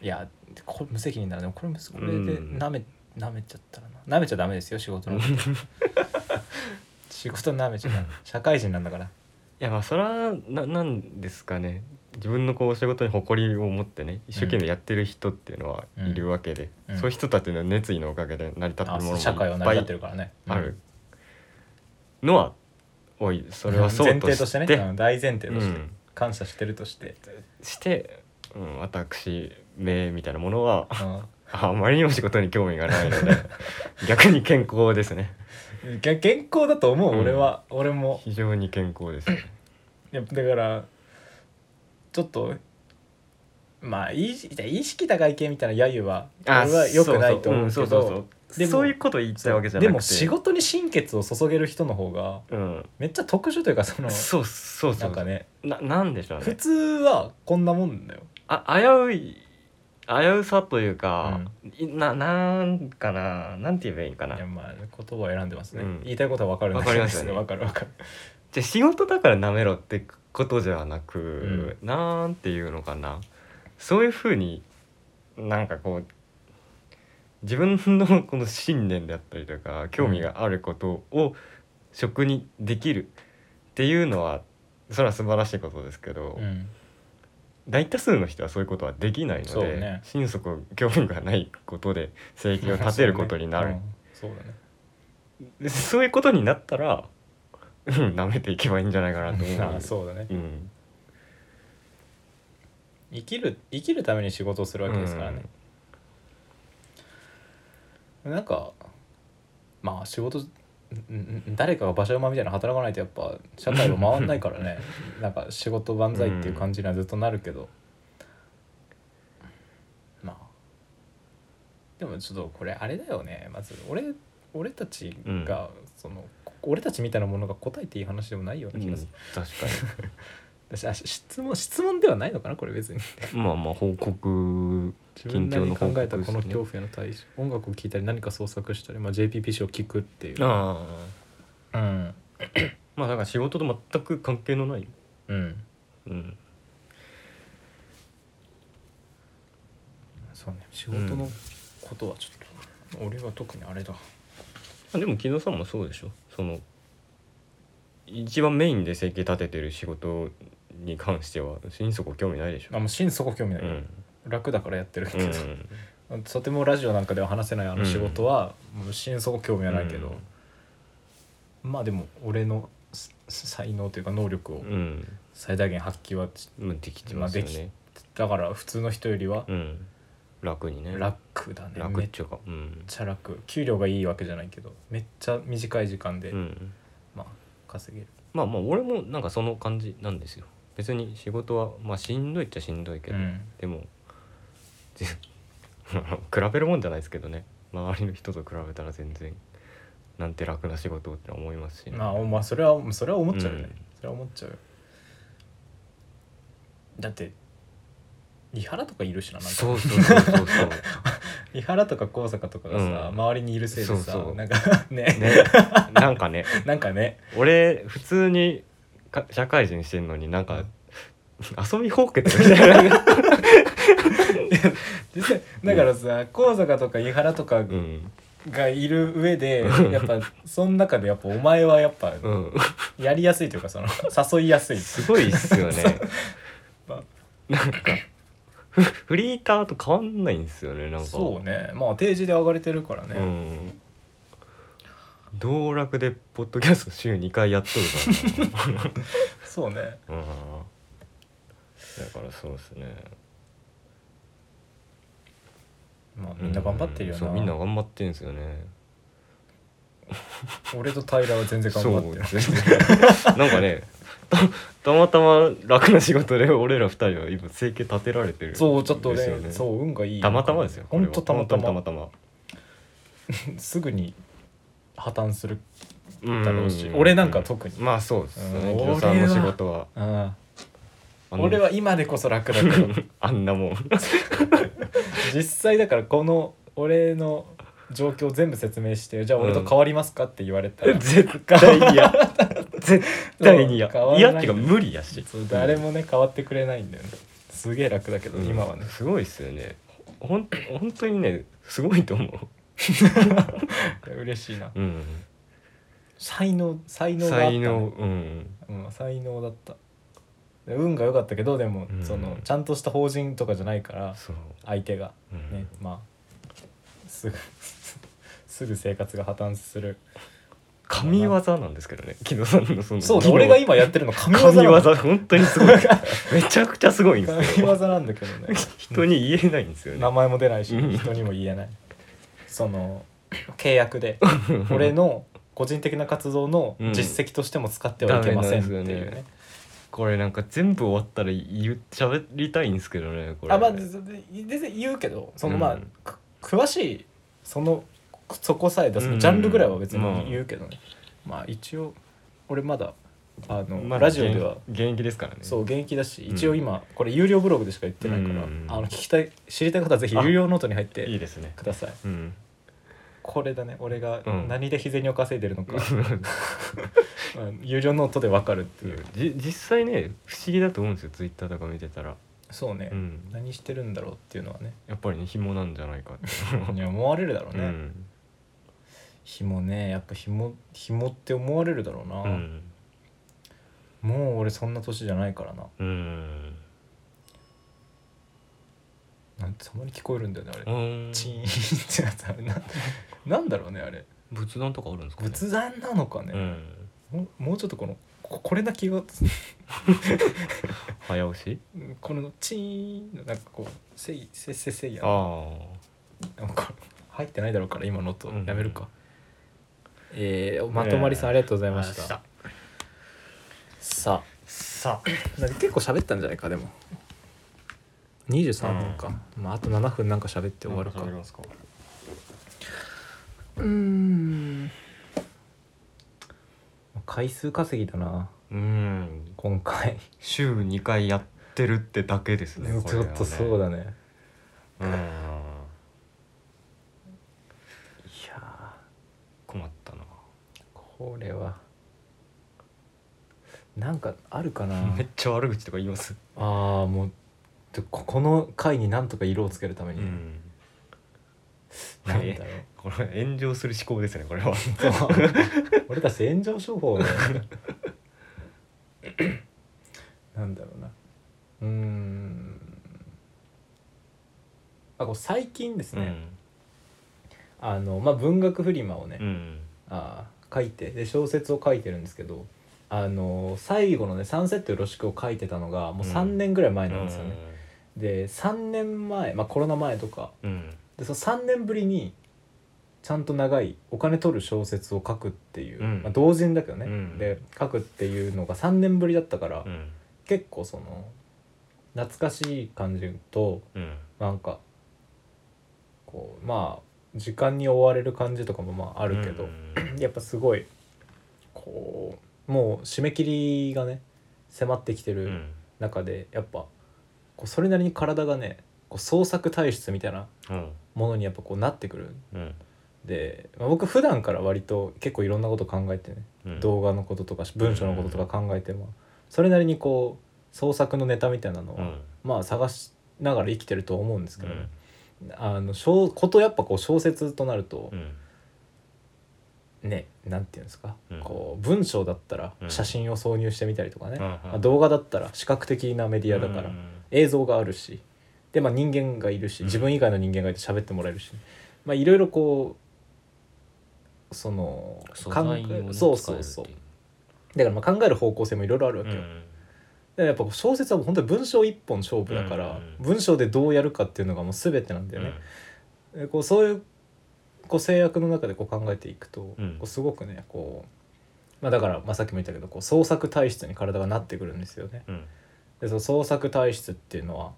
Speaker 1: いやこれ無責任だなでもこれむずこれで
Speaker 2: うん
Speaker 1: なめ、なめちゃったらななめちゃダメですよ仕事のこと
Speaker 2: (laughs)
Speaker 1: 仕事なめちゃダメ社会人なんだから
Speaker 2: いやまあそれはななんですかね自分のこう仕事に誇りを持ってね一生懸命やってる人っていうのは
Speaker 1: うん
Speaker 2: いるわけで、
Speaker 1: うん
Speaker 2: そういう人たちの熱意のおかげで成り立ってる
Speaker 1: あ
Speaker 2: ものも
Speaker 1: 社会はい成り
Speaker 2: っ
Speaker 1: 立って
Speaker 2: ぱい
Speaker 1: るからね
Speaker 2: あるのは多いそれはそ
Speaker 1: 前
Speaker 2: うと
Speaker 1: 提と
Speaker 2: し
Speaker 1: して
Speaker 2: て
Speaker 1: ねうん大前提として、
Speaker 2: うん
Speaker 1: 感謝してるとして、
Speaker 2: して、うん、私名みたいなものは
Speaker 1: う
Speaker 2: ああまりにも仕事に興味がないの
Speaker 1: (laughs)
Speaker 2: で逆に健康ですね
Speaker 1: ん、け健康だと思う、
Speaker 2: うん
Speaker 1: 俺は俺も
Speaker 2: 非常に健康ですね
Speaker 1: いやだからちょっとまあ意識意識高い系みたいな揶揄は
Speaker 2: あ
Speaker 1: 俺は良くないと思うけど
Speaker 2: そうそう,、ん、そうそうそう
Speaker 1: でも
Speaker 2: そういうこと言いたいわけじゃなくて
Speaker 1: でも仕事に心血を注げる人の方が
Speaker 2: うん
Speaker 1: めっちゃ特殊というかその
Speaker 2: そうそうそ
Speaker 1: な
Speaker 2: う
Speaker 1: んかね
Speaker 2: ななんでしょう
Speaker 1: 普
Speaker 2: ね
Speaker 1: 通はこんなもんだよ
Speaker 2: あ危うい危うさというか、いななんかななんて言えばいいんかない
Speaker 1: やまあ言葉を選んでますね、
Speaker 2: うん
Speaker 1: 言いたいことは分かるんだ
Speaker 2: わかりますよね
Speaker 1: 分かる分かる
Speaker 2: じゃあ仕事だからなめろってことじゃなく、なんていうのかなそういうふうになんかこう自分の (laughs) この信念であったりとか興味があることを職にできるっていうのはそれは素晴らしいことですけど、
Speaker 1: うん
Speaker 2: 大多数の人はそういうことはできないの
Speaker 1: そう
Speaker 2: で、
Speaker 1: ね
Speaker 2: 心底興味がないことで生計を立てることになる、
Speaker 1: (laughs) そうね,うん、
Speaker 2: でそういうことになったらうんなめていけばいいんじゃないかな
Speaker 1: そ
Speaker 2: と
Speaker 1: う
Speaker 2: 思う
Speaker 1: だね (laughs) あそうだね
Speaker 2: うん、
Speaker 1: 生きる生きるために仕事をするわけですからね、なんかまあ仕事んんん誰かが馬車馬みたいなの働かないとやっぱ社会は回んないから
Speaker 2: (laughs)
Speaker 1: ねなんか仕事万歳っていう感じにはずっとなるけど、まあでもちょっとこれあれだよねまず俺俺たちが、そのこ俺たちみたいなものが答えていい話でもないよう
Speaker 2: う
Speaker 1: な気
Speaker 2: ん、
Speaker 1: が
Speaker 2: 確
Speaker 1: す
Speaker 2: か
Speaker 1: る、私あし質問質問ではないのかなこれ
Speaker 2: (laughs)
Speaker 1: 別に
Speaker 2: にまあまあ報告
Speaker 1: 自分なりに考えたこの恐
Speaker 2: 近況の報告
Speaker 1: 怖への対処音楽を聴いたり何か創作したり、まあ、JPP 誌を聴くっていう、
Speaker 2: ああ
Speaker 1: うん
Speaker 2: まあだから仕事と全く関係のない、
Speaker 1: うん
Speaker 2: うん、
Speaker 1: そうね仕事のことはちょっと、俺は特にあれだ
Speaker 2: まあでも木戸さんもそうでしょその一番メインで生計立ててる仕事に関しては心底興味ないでしょ
Speaker 1: あもう心底興味ない、
Speaker 2: うん
Speaker 1: 楽だからやってるけ
Speaker 2: う
Speaker 1: ど、
Speaker 2: ん
Speaker 1: とてもラジオなんかでは話せないあの仕事は、もう心底興味はないけど、まあでも俺のす才能というか能力を
Speaker 2: うん、
Speaker 1: 最大限発揮はし
Speaker 2: まあ、できてますよ
Speaker 1: まあで
Speaker 2: ね、
Speaker 1: だから普通の人よりは
Speaker 2: うん、楽にね
Speaker 1: 楽だね、
Speaker 2: 楽
Speaker 1: め
Speaker 2: っ
Speaker 1: っ
Speaker 2: ちゅうかうん、
Speaker 1: ちゃ楽給料がいいわけじゃないけどめっちゃ短い時間で、
Speaker 2: うん、
Speaker 1: まあ稼げる
Speaker 2: まあまあ俺もなんかその感じなんですよ別に仕事はまあしんどいっちゃしんどいけど、
Speaker 1: うん
Speaker 2: でもぜ (laughs) 比べるもんじゃないですけどね周りの人と比べたら全然なんて楽な仕事って思いますし、ね
Speaker 1: まあ、まあそれはそれは思っちゃうよね、
Speaker 2: うん
Speaker 1: それは思っちゃうよだって伊原とかいるしななんか
Speaker 2: そうそうそうそうそう
Speaker 1: (laughs) 伊原とか高坂とかがさ、
Speaker 2: うん
Speaker 1: 周りにいるせいでさ
Speaker 2: そうそう
Speaker 1: なんか (laughs) ね
Speaker 2: (laughs) ねなんかね
Speaker 1: なんか
Speaker 2: (laughs)
Speaker 1: ね
Speaker 2: 俺普通にか社会人してんのになんか、遊びほうけてるみたいな
Speaker 1: 実際だからさ高坂とか井原とか
Speaker 2: うん
Speaker 1: がいる上で、やっぱその中でやっぱお前はやっぱ
Speaker 2: うん
Speaker 1: やりやすいというかその誘いやすい
Speaker 2: すごいっすよね
Speaker 1: (laughs) ま
Speaker 2: なんかフフリーターと変わんないんですよねなんか
Speaker 1: そうねまあ定時で上がれてるからね、
Speaker 2: うん道楽でポッドキャスト週2回やっと
Speaker 1: (laughs)
Speaker 2: るからな
Speaker 1: そうね
Speaker 2: うんだからそうですね
Speaker 1: まあみんな頑張ってるよな、
Speaker 2: そうみんな頑張ってるんですよね
Speaker 1: 俺と平は全然頑張ってる
Speaker 2: そうですねなんかねたたまたま楽な仕事で俺ら二人は今生計立てられてる
Speaker 1: そうちょっと
Speaker 2: ですよね
Speaker 1: ねそう運がいい
Speaker 2: たまたまですよ
Speaker 1: ほんとたまた
Speaker 2: これは
Speaker 1: ま
Speaker 2: 本当にたま
Speaker 1: すぐに破綻する
Speaker 2: たま
Speaker 1: だろうし俺なんか特に
Speaker 2: まあそうですね
Speaker 1: うん
Speaker 2: 木戸さんの仕事は
Speaker 1: あ
Speaker 2: あ
Speaker 1: あ
Speaker 2: の
Speaker 1: 俺は今でこそ楽だけど
Speaker 2: (laughs) あんなもん
Speaker 1: (laughs) 実際だからこの俺の状況全部説明してじゃあ俺と変わりますかって言われたら、
Speaker 2: 絶対嫌絶対嫌
Speaker 1: 変わらない
Speaker 2: 嫌っていうか無理やし
Speaker 1: そう誰もね変わってくれないんだよねすげえ楽だけど、
Speaker 2: うん
Speaker 1: 今はね
Speaker 2: すごいっすよねほん本当にねすごいと思う
Speaker 1: 嬉しいな
Speaker 2: うん
Speaker 1: 才能才能があったね、
Speaker 2: 才能うん
Speaker 1: うん、才能だったで運が良かったけどでも、
Speaker 2: うん
Speaker 1: そのちゃんとした法人とかじゃないから
Speaker 2: そう
Speaker 1: 相手が
Speaker 2: うん
Speaker 1: ね、まあすぐ (laughs) すぐ生活が破綻する
Speaker 2: 神業なんですけどね木戸さんのその
Speaker 1: そう
Speaker 2: 技
Speaker 1: ね
Speaker 2: 能
Speaker 1: 俺が今やってるの神業
Speaker 2: 神
Speaker 1: なんだ
Speaker 2: 業本当に
Speaker 1: (laughs)
Speaker 2: すごいめちゃくちゃすごいんです
Speaker 1: 神
Speaker 2: よ
Speaker 1: 業なんだけどね
Speaker 2: 人に言えないんですよね
Speaker 1: 名前も出ないし
Speaker 2: うん
Speaker 1: 人にも言えないその契約で俺の個人的な活動の実績としても使ってはいけませんっていう
Speaker 2: ダメなん
Speaker 1: ね
Speaker 2: ですよねこれなんか全部終わったら言っちゃりたいんですけどねこれ
Speaker 1: あまあずず全然言うけどそのまあ、
Speaker 2: うん
Speaker 1: く詳しいそのそこさえ出す
Speaker 2: うん
Speaker 1: ジャンルぐらいは別
Speaker 2: まあ
Speaker 1: に言うけどね、まあ一応俺まだあの、
Speaker 2: まあ
Speaker 1: ラジオでは
Speaker 2: 現現役ですからね
Speaker 1: そう現役だし
Speaker 2: うん
Speaker 1: 一応今これ有料ブログでしか言ってないから、
Speaker 2: うん
Speaker 1: あの聞きたい知りたい方はぜひ有料ノートに入っ
Speaker 2: いい
Speaker 1: て
Speaker 2: ですね
Speaker 1: ください
Speaker 2: うん
Speaker 1: これだね俺が
Speaker 2: うん
Speaker 1: 何で日銭を稼いでるの
Speaker 2: (laughs)
Speaker 1: か、うん有料ノートで分かるっていう、
Speaker 2: (laughs) じ実際ね不思議だと思うんですよツイッターとか見てたら、
Speaker 1: そうね、
Speaker 2: うん、
Speaker 1: 何してるんだろうっていうのはね
Speaker 2: やっぱりね紐なんじゃないかって
Speaker 1: いや思われるだろう (laughs) ね、
Speaker 2: うん
Speaker 1: 紐ねやっぱ紐紐って思われるだろうな、
Speaker 2: うん、
Speaker 1: もう俺そんな年じゃないからな
Speaker 2: うん
Speaker 1: なんてたまに聞こえるんだよねあ
Speaker 2: う
Speaker 1: れ
Speaker 2: ん
Speaker 1: チーンってやつあれなん (laughs) なんだろうねあれ
Speaker 2: 仏壇とかあるんですかね
Speaker 1: 仏壇なのか
Speaker 2: う
Speaker 1: ね、
Speaker 2: ん
Speaker 1: もうもうちょっとこのここれだけが
Speaker 2: 早押し
Speaker 1: このチーンのなんかこうせいせいせいせいや
Speaker 2: あ
Speaker 1: でもこれ入ってないだろうから今のと
Speaker 2: うん
Speaker 1: やめるか、えーまとまりさんありがとうござい
Speaker 2: あ
Speaker 1: ました、さ
Speaker 2: さ
Speaker 1: あなんか結構喋ったんじゃないかでも23分か、まあ、あと7分なんか喋って終わるか
Speaker 2: ますか
Speaker 1: うーん回数稼ぎだな
Speaker 2: うん
Speaker 1: 今回
Speaker 2: 週2回やってるってだけですねこ
Speaker 1: ちょ
Speaker 2: れは
Speaker 1: っ
Speaker 2: ね
Speaker 1: とそうだね
Speaker 2: うん
Speaker 1: いや
Speaker 2: 困ったな
Speaker 1: ーこれはなんかあるかな
Speaker 2: めっちゃ悪口とか言います
Speaker 1: ああもうちょここの回になんとか色をつけるため
Speaker 2: う
Speaker 1: に、
Speaker 2: ん
Speaker 1: なんだろう
Speaker 2: これ炎上する思考ですねこれは
Speaker 1: そう (laughs) 俺たち炎上商法だよなんだろうなうーんあこう最近ですね、あのまあ、文学フリマをね、
Speaker 2: うん
Speaker 1: あー書いてで小説を書いてるんですけどあのー最後のね「サンセットよろしく」を書いてたのがもう3年ぐらい前なんですよね。で3年前、まあ、コロナ前とか
Speaker 2: うん
Speaker 1: でその3年ぶりにちゃんと長いお金取る小説を書くっていう、
Speaker 2: うん
Speaker 1: まあ、同人だけどね、
Speaker 2: うん
Speaker 1: で書くっていうのが3年ぶりだったから、
Speaker 2: うん
Speaker 1: 結構その懐かしい感じと
Speaker 2: うん
Speaker 1: なんかこうまあ時間に追われる感じとかもまああ
Speaker 2: あ
Speaker 1: るけど。やっぱすごいこうもう締め切りがね迫ってきて
Speaker 2: う
Speaker 1: る
Speaker 2: ん
Speaker 1: 中で、やっぱこうそれなりに体がねこう創作体質みたいな
Speaker 2: うん
Speaker 1: ものにやっぱこうなってくる
Speaker 2: うん
Speaker 1: で、まあ、僕普段から割と結構いろんなこと考えてね、
Speaker 2: うん
Speaker 1: 動画のこととか文章のこととか考えても、それなりにこう創作のネタみたいなのは、
Speaker 2: うん
Speaker 1: まあ探しながら生きてると思うんです
Speaker 2: う
Speaker 1: けど、
Speaker 2: ん
Speaker 1: あの小ことやっぱこう小説となると
Speaker 2: う、ん
Speaker 1: ねなんていうんですか、
Speaker 2: うん
Speaker 1: こう文章だったら
Speaker 2: うん
Speaker 1: 写真を挿入してみたりとかね、
Speaker 2: うんうん
Speaker 1: まあ動画だったら視覚的なメディアだから、
Speaker 2: うん
Speaker 1: 映像があるしで、まあ、人間がいるし
Speaker 2: うん
Speaker 1: 自分以外の人間がいて喋ってもらえるし、まあ、いろいろこうその
Speaker 2: 素
Speaker 1: 考
Speaker 2: 材をね
Speaker 1: えそうそうそうだからまあ考える方向性もいろいろあるわ
Speaker 2: 使
Speaker 1: け
Speaker 2: え
Speaker 1: よ、
Speaker 2: る
Speaker 1: だ
Speaker 2: っ
Speaker 1: か
Speaker 2: ていう
Speaker 1: らやっぱ小説はもう本当に文章一本勝負だから、
Speaker 2: うん
Speaker 1: 文章でどうやるかっていうのがもう全てなんだよね、えこうそういうこう制約の中でこう考えていくと、
Speaker 2: うん
Speaker 1: こうすごくねこう、まあ、だから、まあ、さっきも言ったけどこう創作体質に体がなってくるんですよね。
Speaker 2: うん
Speaker 1: でその創作体質っていうのは、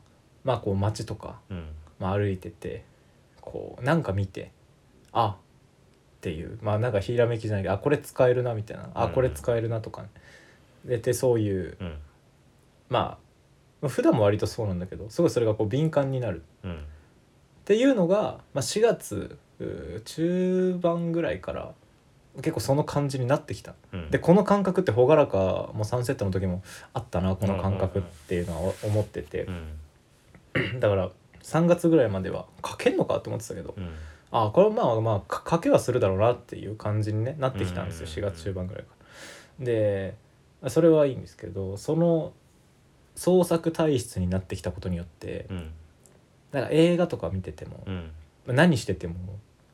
Speaker 1: まあ、こう街とか、
Speaker 2: うん
Speaker 1: まあ、歩いててこうなんか見てあっていうまあなんかひらめきじゃないけどあこれ使えるなみたいなあ
Speaker 2: うん
Speaker 1: これ使えるなとかね、ででそういう
Speaker 2: うん
Speaker 1: まあ普段も割とそうなんだけどすごいそれがこう敏感になる
Speaker 2: うん
Speaker 1: っていうのが、まあ、4月うー中盤ぐらいから結構その感じになってきた
Speaker 2: うん
Speaker 1: でこの感覚って朗らかもうサンセットの時もあったなこの感覚っていうのは思ってて
Speaker 2: うん
Speaker 1: だから3月ぐらいまでは書けんのかと思ってたけど
Speaker 2: うん
Speaker 1: ああこれはまあまあか書けはするだろうなっていう感じに、ね、なってきたんですよ
Speaker 2: うん
Speaker 1: 4月中盤ぐらいから。でそれはいいんですけどその創作体質になってきたことによって
Speaker 2: うん
Speaker 1: なんか映画とか見てても
Speaker 2: うん
Speaker 1: 何してても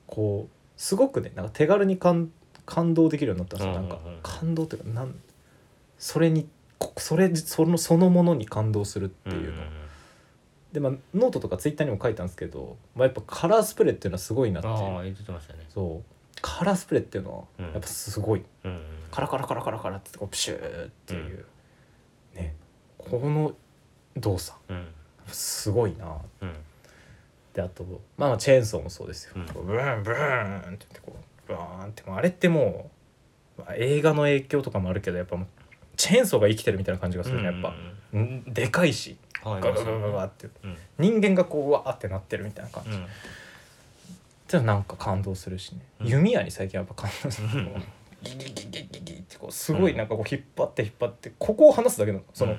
Speaker 1: こうすごくねなんか手軽に感感動できるようになったんですよ、
Speaker 2: うんうんうん
Speaker 1: なんか感動というかなんそれにこそれそのそのものに感動するっていうの、で、まあ、ノートとかツイッターにも書いたんですけど、まあ、やっぱカラースプレーっていうのはすごいなってい
Speaker 2: ああ
Speaker 1: う
Speaker 2: 言ってましたね
Speaker 1: そうカラースプレーっていうの
Speaker 2: う
Speaker 1: は
Speaker 2: ん
Speaker 1: やっぱすごい、
Speaker 2: うんうん
Speaker 1: カラカラカラカラカラってこうプシューっていう、ねこの動作
Speaker 2: うん
Speaker 1: すごいなって
Speaker 2: うん
Speaker 1: であとまあまあチェーンソーもそうですよ、
Speaker 2: うん
Speaker 1: こうブーンブーンって言ってこうブーンってもうあれってもう、まあ、映画の影響とかもあるけどやっぱもうチェーンソーが生きてるみたいな感じがするねやっぱ、んでかいし
Speaker 2: ぱ
Speaker 1: ガガガガガって
Speaker 2: うん
Speaker 1: 人間がこうわーってなってるみたいな感じ、
Speaker 2: う
Speaker 1: っ
Speaker 2: ん
Speaker 1: てのはなんか感動するしね、
Speaker 2: うん
Speaker 1: 弓矢に最近やっぱ感動する、
Speaker 2: うん
Speaker 1: こうギギギギギギってこうすごいなんかこう引っ張って引っ張ってここを離すだけなのその、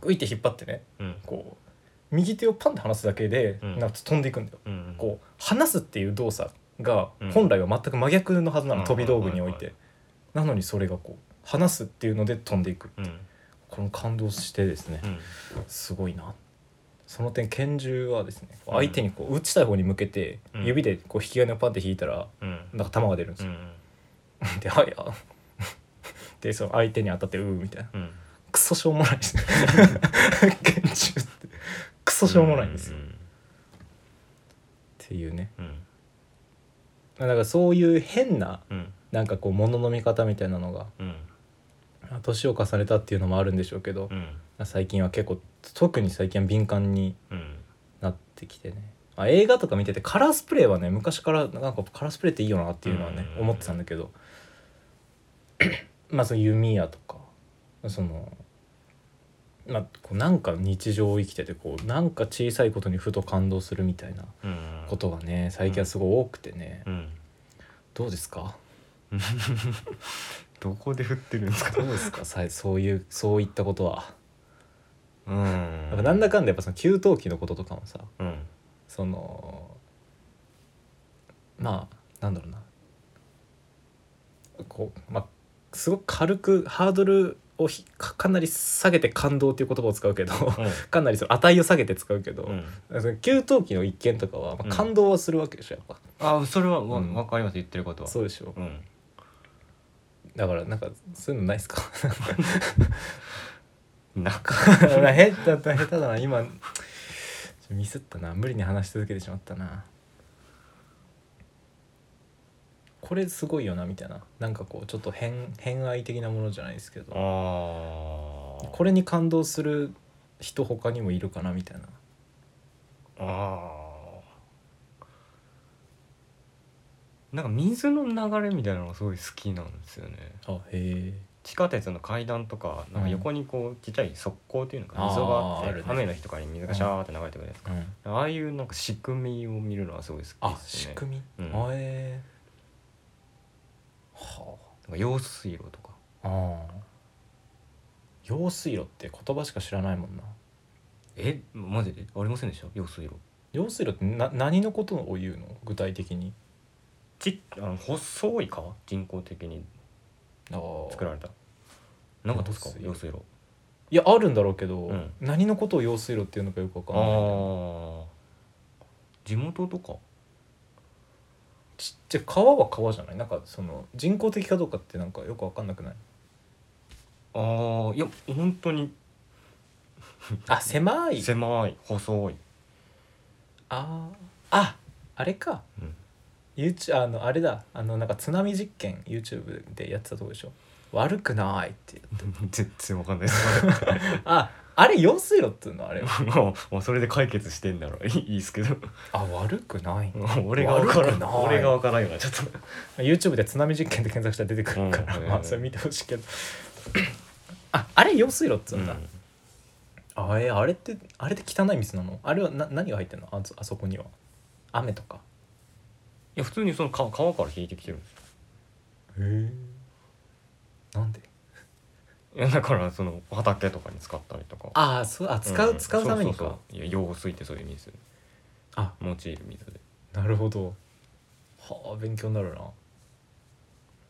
Speaker 1: 浮いて引っ張ってね
Speaker 2: うん
Speaker 1: こう右手をパンって離すだけで、
Speaker 2: うん
Speaker 1: なんか飛んでいくんだよ
Speaker 2: うん
Speaker 1: こう話すっていう動作が
Speaker 2: うん
Speaker 1: 本来は全く真逆のはずなの、
Speaker 2: うん
Speaker 1: 飛び道具において、
Speaker 2: はい
Speaker 1: なのにそれがこう話すっていうので飛んでいく
Speaker 2: うん
Speaker 1: この感動してですね
Speaker 2: うん
Speaker 1: すごいなその点拳銃はですね
Speaker 2: うん
Speaker 1: 相手にこう打ちたい方に向けて
Speaker 2: うん
Speaker 1: 指でこう引き金をパンって引いたら
Speaker 2: うん
Speaker 1: なんか弾が出るんです
Speaker 2: う
Speaker 1: よ、
Speaker 2: ん
Speaker 1: で「はいあ」 (laughs) でその相手に当たって「うー」みたいな
Speaker 2: うん
Speaker 1: クソしょうもない
Speaker 2: (laughs)
Speaker 1: ですね拳銃ってクソしょうもないんですよ、
Speaker 2: う
Speaker 1: っていうね
Speaker 2: うん
Speaker 1: だからそういう変な
Speaker 2: うん
Speaker 1: なんかこう物の見方みたいなのが
Speaker 2: うん
Speaker 1: まあ年を重ねたっていうのもあるんでしょうけど、
Speaker 2: うん
Speaker 1: まあ最近は結構特に最近は敏感に
Speaker 2: うん
Speaker 1: なってきてね、まあ、映画とか見ててカラースプレーはね昔からなんかカラースプレーっていいよなっていうのはね
Speaker 2: うん
Speaker 1: 思ってたんだけど (clears throat) まあその弓矢とかその。まあ、こうなんか日常を生きててこうなんか小さいことにふと感動するみたいな
Speaker 2: うん
Speaker 1: ことがね最近はすごい多くてね
Speaker 2: うん
Speaker 1: どうですか
Speaker 2: どこで振ってるんですか
Speaker 1: どうですか (laughs) さいそういうそういったことは。
Speaker 2: う
Speaker 1: なん
Speaker 2: ん
Speaker 1: かなんだかんだやっぱその給湯器のこととかもさ
Speaker 2: うん
Speaker 1: そのまあなんだろうなこう、まあ、すごく軽くハードルをひかかなり下げて感動っていう言葉を使うけど (laughs) かなりその値を下げて使うけど、
Speaker 2: うん
Speaker 1: その給湯器の一件とかは、ま
Speaker 2: うん
Speaker 1: あ、感動はするわけでしょやっぱ、
Speaker 2: あそれはわ
Speaker 1: うん
Speaker 2: わかります言ってることは
Speaker 1: そうでしょ
Speaker 2: うん
Speaker 1: だからなんかそういうのないですか
Speaker 2: なんか
Speaker 1: 下手だ下手だな今ちょミスったな無理に話し続けてしまったなこれすごいよなみたいななんかこうちょっと偏偏愛的なものじゃないですけど
Speaker 2: ああ
Speaker 1: これに感動する人他にもいるかなみたいな
Speaker 2: あーなんか水の流れみたいなのがすごい好きなんですよね
Speaker 1: あへえ
Speaker 2: 地下鉄の階段とかなんか横にこうちっちゃい側溝っていうのか
Speaker 1: あー
Speaker 2: 溝があって
Speaker 1: あるね
Speaker 2: 雨の日とかに水がシャーって流れてくるやつ、
Speaker 1: うん
Speaker 2: ああいうなんか仕組みを見るのはすごい好き
Speaker 1: あ
Speaker 2: です
Speaker 1: 仕
Speaker 2: ね
Speaker 1: 組み、
Speaker 2: うん
Speaker 1: あへえは
Speaker 2: なんか用水路とか
Speaker 1: あああ用水路って言葉しか知らないもんな
Speaker 2: えマジでありませんでした用水路
Speaker 1: 用水路ってな何のことを言うの具体的に
Speaker 2: ちあの細い川人工的に
Speaker 1: あ
Speaker 2: 作られたなんかどうですか用
Speaker 1: 用
Speaker 2: 水路
Speaker 1: いやあるんだろうけど、
Speaker 2: うん
Speaker 1: 何のことを用水路っていうのかよくわかんないんだよ
Speaker 2: ああ地元とか
Speaker 1: ちっちゃい川は川じゃないなんかその人工的かどうかってなんかよくわかんなくない
Speaker 2: ああいや本当に
Speaker 1: あ狭い
Speaker 2: 狭い細い、
Speaker 1: あーああれか YouTube あのあれだあのなんか津波実験 YouTube でやってたとこでしょ悪くない (laughs) って
Speaker 2: (laughs) 全然わかんないです (laughs)
Speaker 1: ああれ用水路っていうのあれ
Speaker 2: もうもうそれで解決してんならいいいいっすけど (laughs)
Speaker 1: あ悪くない
Speaker 2: 俺が分から
Speaker 1: 悪く
Speaker 2: ん
Speaker 1: ない
Speaker 2: 俺が分からんよなちょっと
Speaker 1: YouTube で津波実験で検索したら出てくるから、
Speaker 2: うん
Speaker 1: まあそれ見てほしいけどああれ用水路っつうんだ、
Speaker 2: うん
Speaker 1: あれあれってあれって汚い水なのあれはな何が入ってんのあそあそこには雨とか
Speaker 2: いや普通にその川川から引いてきてるんですよ
Speaker 1: へえなんで
Speaker 2: いやだからその畑とかに使ったりとか
Speaker 1: ああそうあ使う、
Speaker 2: ん
Speaker 1: 使うためにか
Speaker 2: そうそうそういや用水ってそういう意味ですよね
Speaker 1: あ
Speaker 2: 用いる水で
Speaker 1: なるほどはあ勉強になるな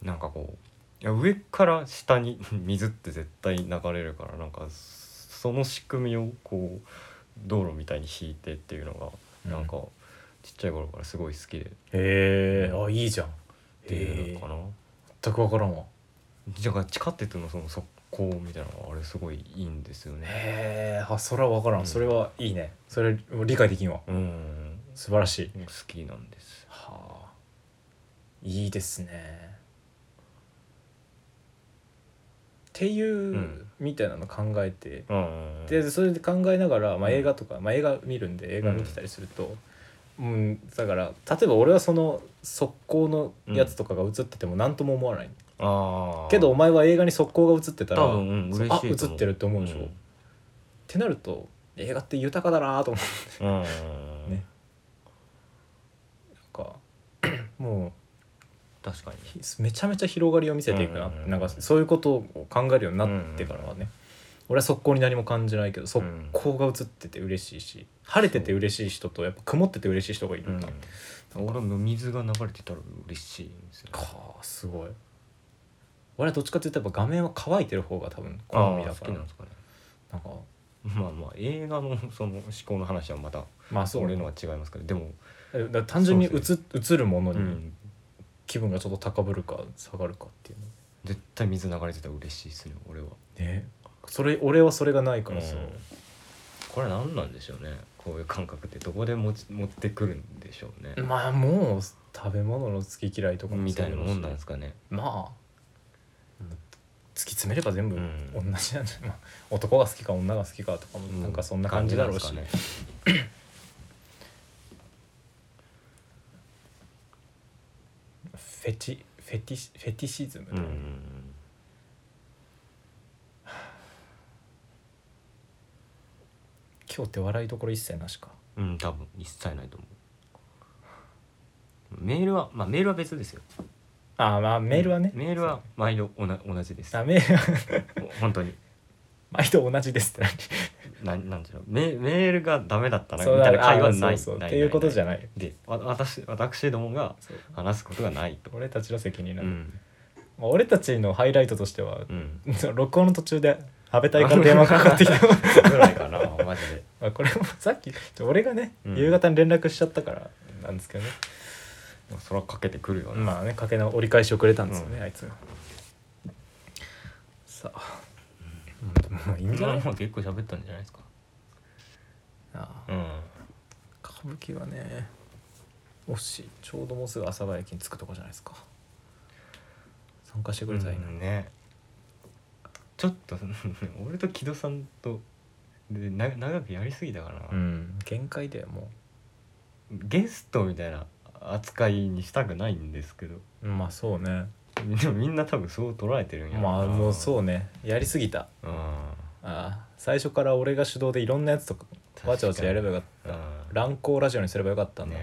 Speaker 2: なんかこういや上から下に (laughs) 水って絶対流れるからなんかその仕組みをこう道路みたいに引いてっていうの
Speaker 1: うん
Speaker 2: がなんかちっちゃい頃からすごい好きでっ
Speaker 1: へえあいいじゃん
Speaker 2: ていうのかな
Speaker 1: 全く分からんわ
Speaker 2: じゃあ地下鉄のその速攻みたいなのがあれすごいいいんですよね
Speaker 1: へえあそれは分からん、
Speaker 2: うん
Speaker 1: それはいいねそれもう理解できんわ
Speaker 2: うん
Speaker 1: 素晴らしい
Speaker 2: 好きなんです
Speaker 1: はあいいですねっていう、
Speaker 2: ん
Speaker 1: みたいなの考えて
Speaker 2: うんうんうん
Speaker 1: でそれで考えながら、まあ、
Speaker 2: うん
Speaker 1: 映画とか、まあ、映画見るんで映画見てたりすると、うんだから例えば俺はその速攻のやつとかが映ってても何とも思わない、
Speaker 2: あー
Speaker 1: けどお前は映画に速攻が映ってたら、
Speaker 2: 多分うん嬉しい
Speaker 1: あ
Speaker 2: と
Speaker 1: 映
Speaker 2: 思う
Speaker 1: ってるって思うでしょ、ってなると映画って豊かだなと思う
Speaker 2: うんうんうんうん
Speaker 1: ね
Speaker 2: (laughs)
Speaker 1: なんかも
Speaker 2: 確かに
Speaker 1: うひめちゃめちゃ広がりを見せていくな,、
Speaker 2: うんうんうん
Speaker 1: なんかそういうことを考えるようになってからはね、俺は速攻に何も感じないけど速攻が映ってて嬉しいし晴れてて嬉しい人とやっぱ曇ってて嬉しい人がいるんだ、
Speaker 2: うん、俺も水が流れてたら嬉しいんですよ
Speaker 1: かあすごい俺はどっちかというとやっぱ画面は乾いてる方が多分好みだから
Speaker 2: あー好きなん
Speaker 1: なん
Speaker 2: ですかね
Speaker 1: か
Speaker 2: まあまあ映画のその思考の話はまた
Speaker 1: まあそう
Speaker 2: 俺
Speaker 1: ね
Speaker 2: のは違いますけどでも、
Speaker 1: えだから単純に映
Speaker 2: そうです
Speaker 1: 映るもの
Speaker 2: う
Speaker 1: に
Speaker 2: ん、
Speaker 1: 気分がちょっと高ぶるか下がるかっていうの
Speaker 2: 絶対水流れてたら嬉しいですね俺は
Speaker 1: ねそれ俺はそれがないからさ、
Speaker 2: うんこれ何なんでしょうねこういう感覚ってどこで持ち持ってくるんでしょうね、
Speaker 1: まあもう食べ物の好き嫌いとかも
Speaker 2: みたいなもん
Speaker 1: だ
Speaker 2: なんですかね
Speaker 1: まあ突き詰めれば全部
Speaker 2: う
Speaker 1: 同
Speaker 2: ん
Speaker 1: じなんじゃない、ま (laughs) あ男が好きか女が好きかとかもなんかそんな感じだろうし、
Speaker 2: 感じなんですかね
Speaker 1: フェチフェティシフェティシズム、
Speaker 2: うんうんうん
Speaker 1: 今日って笑いどころ一切なしか
Speaker 2: うん多分一切ないと思うメールはまあメールは別ですよ
Speaker 1: ああまあメールはね、
Speaker 2: メールは毎度おな同じです
Speaker 1: あメールは (laughs)
Speaker 2: 本当に
Speaker 1: 毎度同じですって
Speaker 2: なんなんじゃろうメメールがダメだった
Speaker 1: 何
Speaker 2: なみたいな会話
Speaker 1: あ
Speaker 2: ない
Speaker 1: そうそう
Speaker 2: な
Speaker 1: っていうことじゃ
Speaker 2: ない
Speaker 1: ない
Speaker 2: でわ私私どもが
Speaker 1: そう
Speaker 2: 話すことがないと、
Speaker 1: 俺たちの責任
Speaker 2: う
Speaker 1: なの、
Speaker 2: ん
Speaker 1: まあ俺たちのハイライトとしては
Speaker 2: う、ん、
Speaker 1: (laughs) 録音の途中で安倍隊から電話かかってきた (laughs)
Speaker 2: ぐらいかなマジで
Speaker 1: まあこれもさっきちょ俺がね、
Speaker 2: うん
Speaker 1: 夕方に連絡しちゃったからなんですけどね
Speaker 2: そらかけてくるよね、
Speaker 1: まあねかけの折り返しをくれたんですよね、
Speaker 2: うん
Speaker 1: あいつがさあ、うんもういいんじゃない、
Speaker 2: まあ結構喋ったんじゃないですか
Speaker 1: ああ
Speaker 2: うん
Speaker 1: 歌舞伎はねもしちょうどもうすぐ朝早駅に着くとこじゃないですか参加してくれたらいいな、
Speaker 2: うんねちょっと俺と木戸さんとでな長くやりすぎたからな、
Speaker 1: うん限界だよも
Speaker 2: ゲストみたいな扱いにしたくないんですけど
Speaker 1: うまあそうね
Speaker 2: でもみんな多分そう捉えてるんやろな
Speaker 1: まあもうそうねやりすぎた
Speaker 2: うん
Speaker 1: ああ最初から俺が主導でいろんなやつとか
Speaker 2: 確かに
Speaker 1: わちゃわちゃやればよかった
Speaker 2: うん
Speaker 1: 乱行ラジオにすればよかったんだ、
Speaker 2: ね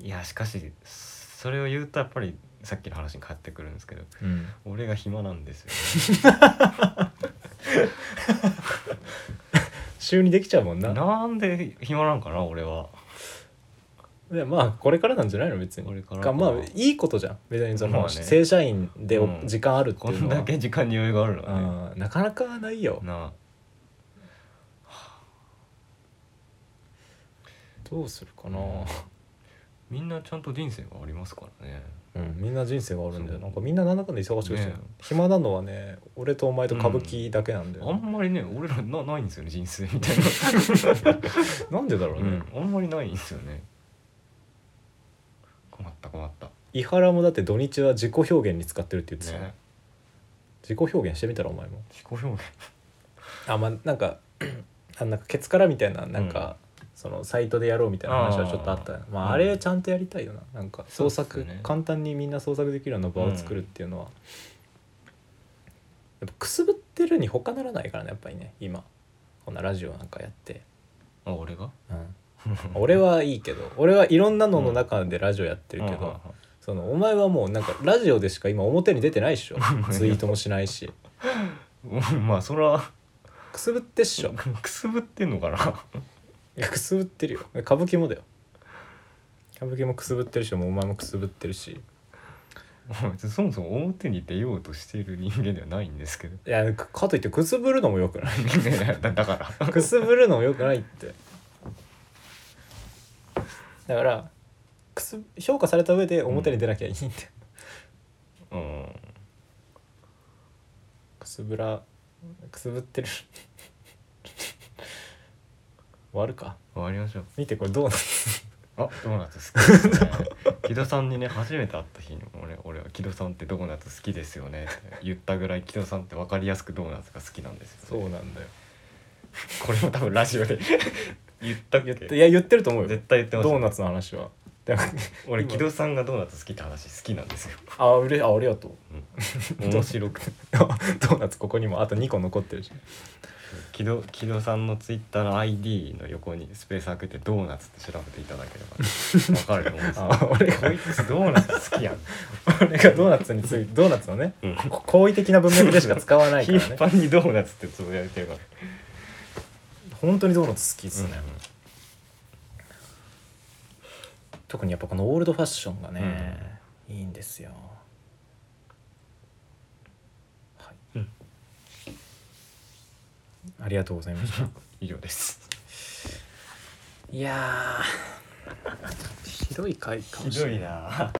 Speaker 2: えいやしかしそれを言うとやっぱりさっきの話に返ってくるんですけど
Speaker 1: うん
Speaker 2: 俺が暇なんですよ、ね、
Speaker 1: 週にできちゃうもんな
Speaker 2: なんで暇なんかな俺は。
Speaker 1: でまあこれからなんじゃないの別に
Speaker 2: これから
Speaker 1: まあいいことじゃん別にその、
Speaker 2: まあね
Speaker 1: 正社員でお
Speaker 2: うん
Speaker 1: 時間あるって
Speaker 2: こ
Speaker 1: いうの
Speaker 2: ん
Speaker 1: は、
Speaker 2: だけ時間に余裕があるの
Speaker 1: うんなかなかないよ
Speaker 2: ね。な
Speaker 1: どうするか
Speaker 2: あ
Speaker 1: な、
Speaker 2: みんなちゃんと人生がありますからね。
Speaker 1: うん、みんな人生があるんだよ
Speaker 2: そう
Speaker 1: なんかみんな何らかで忙しくしてる、
Speaker 2: ね
Speaker 1: 暇なのはね俺とお前と歌舞伎だけなんだよ、
Speaker 2: あんまりね俺らなないんですよね人生みたい
Speaker 1: なんでだろう
Speaker 2: な、
Speaker 1: ね、
Speaker 2: うん、あんまりないんですよね困った困った
Speaker 1: 伊原もだって土日は自己表現に使ってるって言ってたよ、
Speaker 2: ね
Speaker 1: 自己表現してみたらお前も
Speaker 2: 自己表現
Speaker 1: あまあなんかあなんかケツからみたいななんか、そのサイトでやろうみたいな話はちょっとあったよ
Speaker 2: あー
Speaker 1: ま
Speaker 2: うん
Speaker 1: ああれちゃんとやりたいよななんか創
Speaker 2: そ
Speaker 1: 作、
Speaker 2: うですよね
Speaker 1: 簡単にみんな創作できるような場を作るっていうのは、やっぱくすぶってるに他ならないからねやっぱりね今こんなラジオなんかやって、
Speaker 2: あ俺が
Speaker 1: うん、俺はいいけど俺はいろんなのの中でラジオやってるけど、
Speaker 2: うんうんうん
Speaker 1: そのお前はもうなんかラジオでしか今表に出てないっ
Speaker 2: (laughs)
Speaker 1: しょツイートもしないし
Speaker 2: うんまあそら
Speaker 1: くすぶってっしょ
Speaker 2: くすぶってんのかない (laughs)
Speaker 1: やくすぶってるよ歌舞伎もだよ歌舞伎もくすぶってるしもうお前もくすぶってるし
Speaker 2: まあ別にそもそも表に出ようとしている人間ではないんですけど (laughs)
Speaker 1: いやかかといってくすぶるのもよくない (laughs)
Speaker 2: だだから
Speaker 1: くすぶるのもよくないってだからくす評価された上で表に出なきゃいいんだよ、
Speaker 2: うん
Speaker 1: くすぶらくすぶってる終わるか
Speaker 2: 終わりましょう
Speaker 1: 見てこれどうな
Speaker 2: あドーナツ好きですよね (laughs) 木戸さんにね初めて会った日に俺俺は木戸さんってドーナツ好きですよねって言ったぐらい木戸さんって分かりやすくドーナツが好きなんですよ、
Speaker 1: そうなんだよ
Speaker 2: これも多分ラジオで (laughs) 言ったっけ
Speaker 1: いや言ってると思うよ
Speaker 2: 絶対言ってました
Speaker 1: ドーナツの話はでも
Speaker 2: 俺
Speaker 1: 今
Speaker 2: 木戸さんがドーナツ好きって話好きなんですよ、
Speaker 1: あうれあありがとう
Speaker 2: うん面白くて
Speaker 1: (laughs) ドーナツここにもあと2個残ってるし
Speaker 2: 木戸木戸さんのツイッターの ID の横にスペース開けてドーナツって調べていただければ分かると思うんですよ
Speaker 1: あ俺が
Speaker 2: こいつドーナツ好きやん、
Speaker 1: 俺がドーナツについドーナツのね
Speaker 2: うん、
Speaker 1: こ好意的な文脈でしか使わないか
Speaker 2: 頻 (laughs)
Speaker 1: らね
Speaker 2: 繁にドーナツってつぶやいてるから
Speaker 1: 本当にドーナツ好きですね、
Speaker 2: うん
Speaker 1: 特にやっぱこのオールドファッションがね、いいんですよはい、
Speaker 2: うん
Speaker 1: ありがとうございました
Speaker 2: 以上です
Speaker 1: (laughs) いやーひどい回かも
Speaker 2: ひ
Speaker 1: しれない
Speaker 2: どいな